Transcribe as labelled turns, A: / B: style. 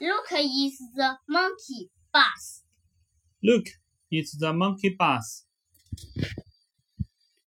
A: Look, is the monkey bus.
B: Look, it's the monkey bus.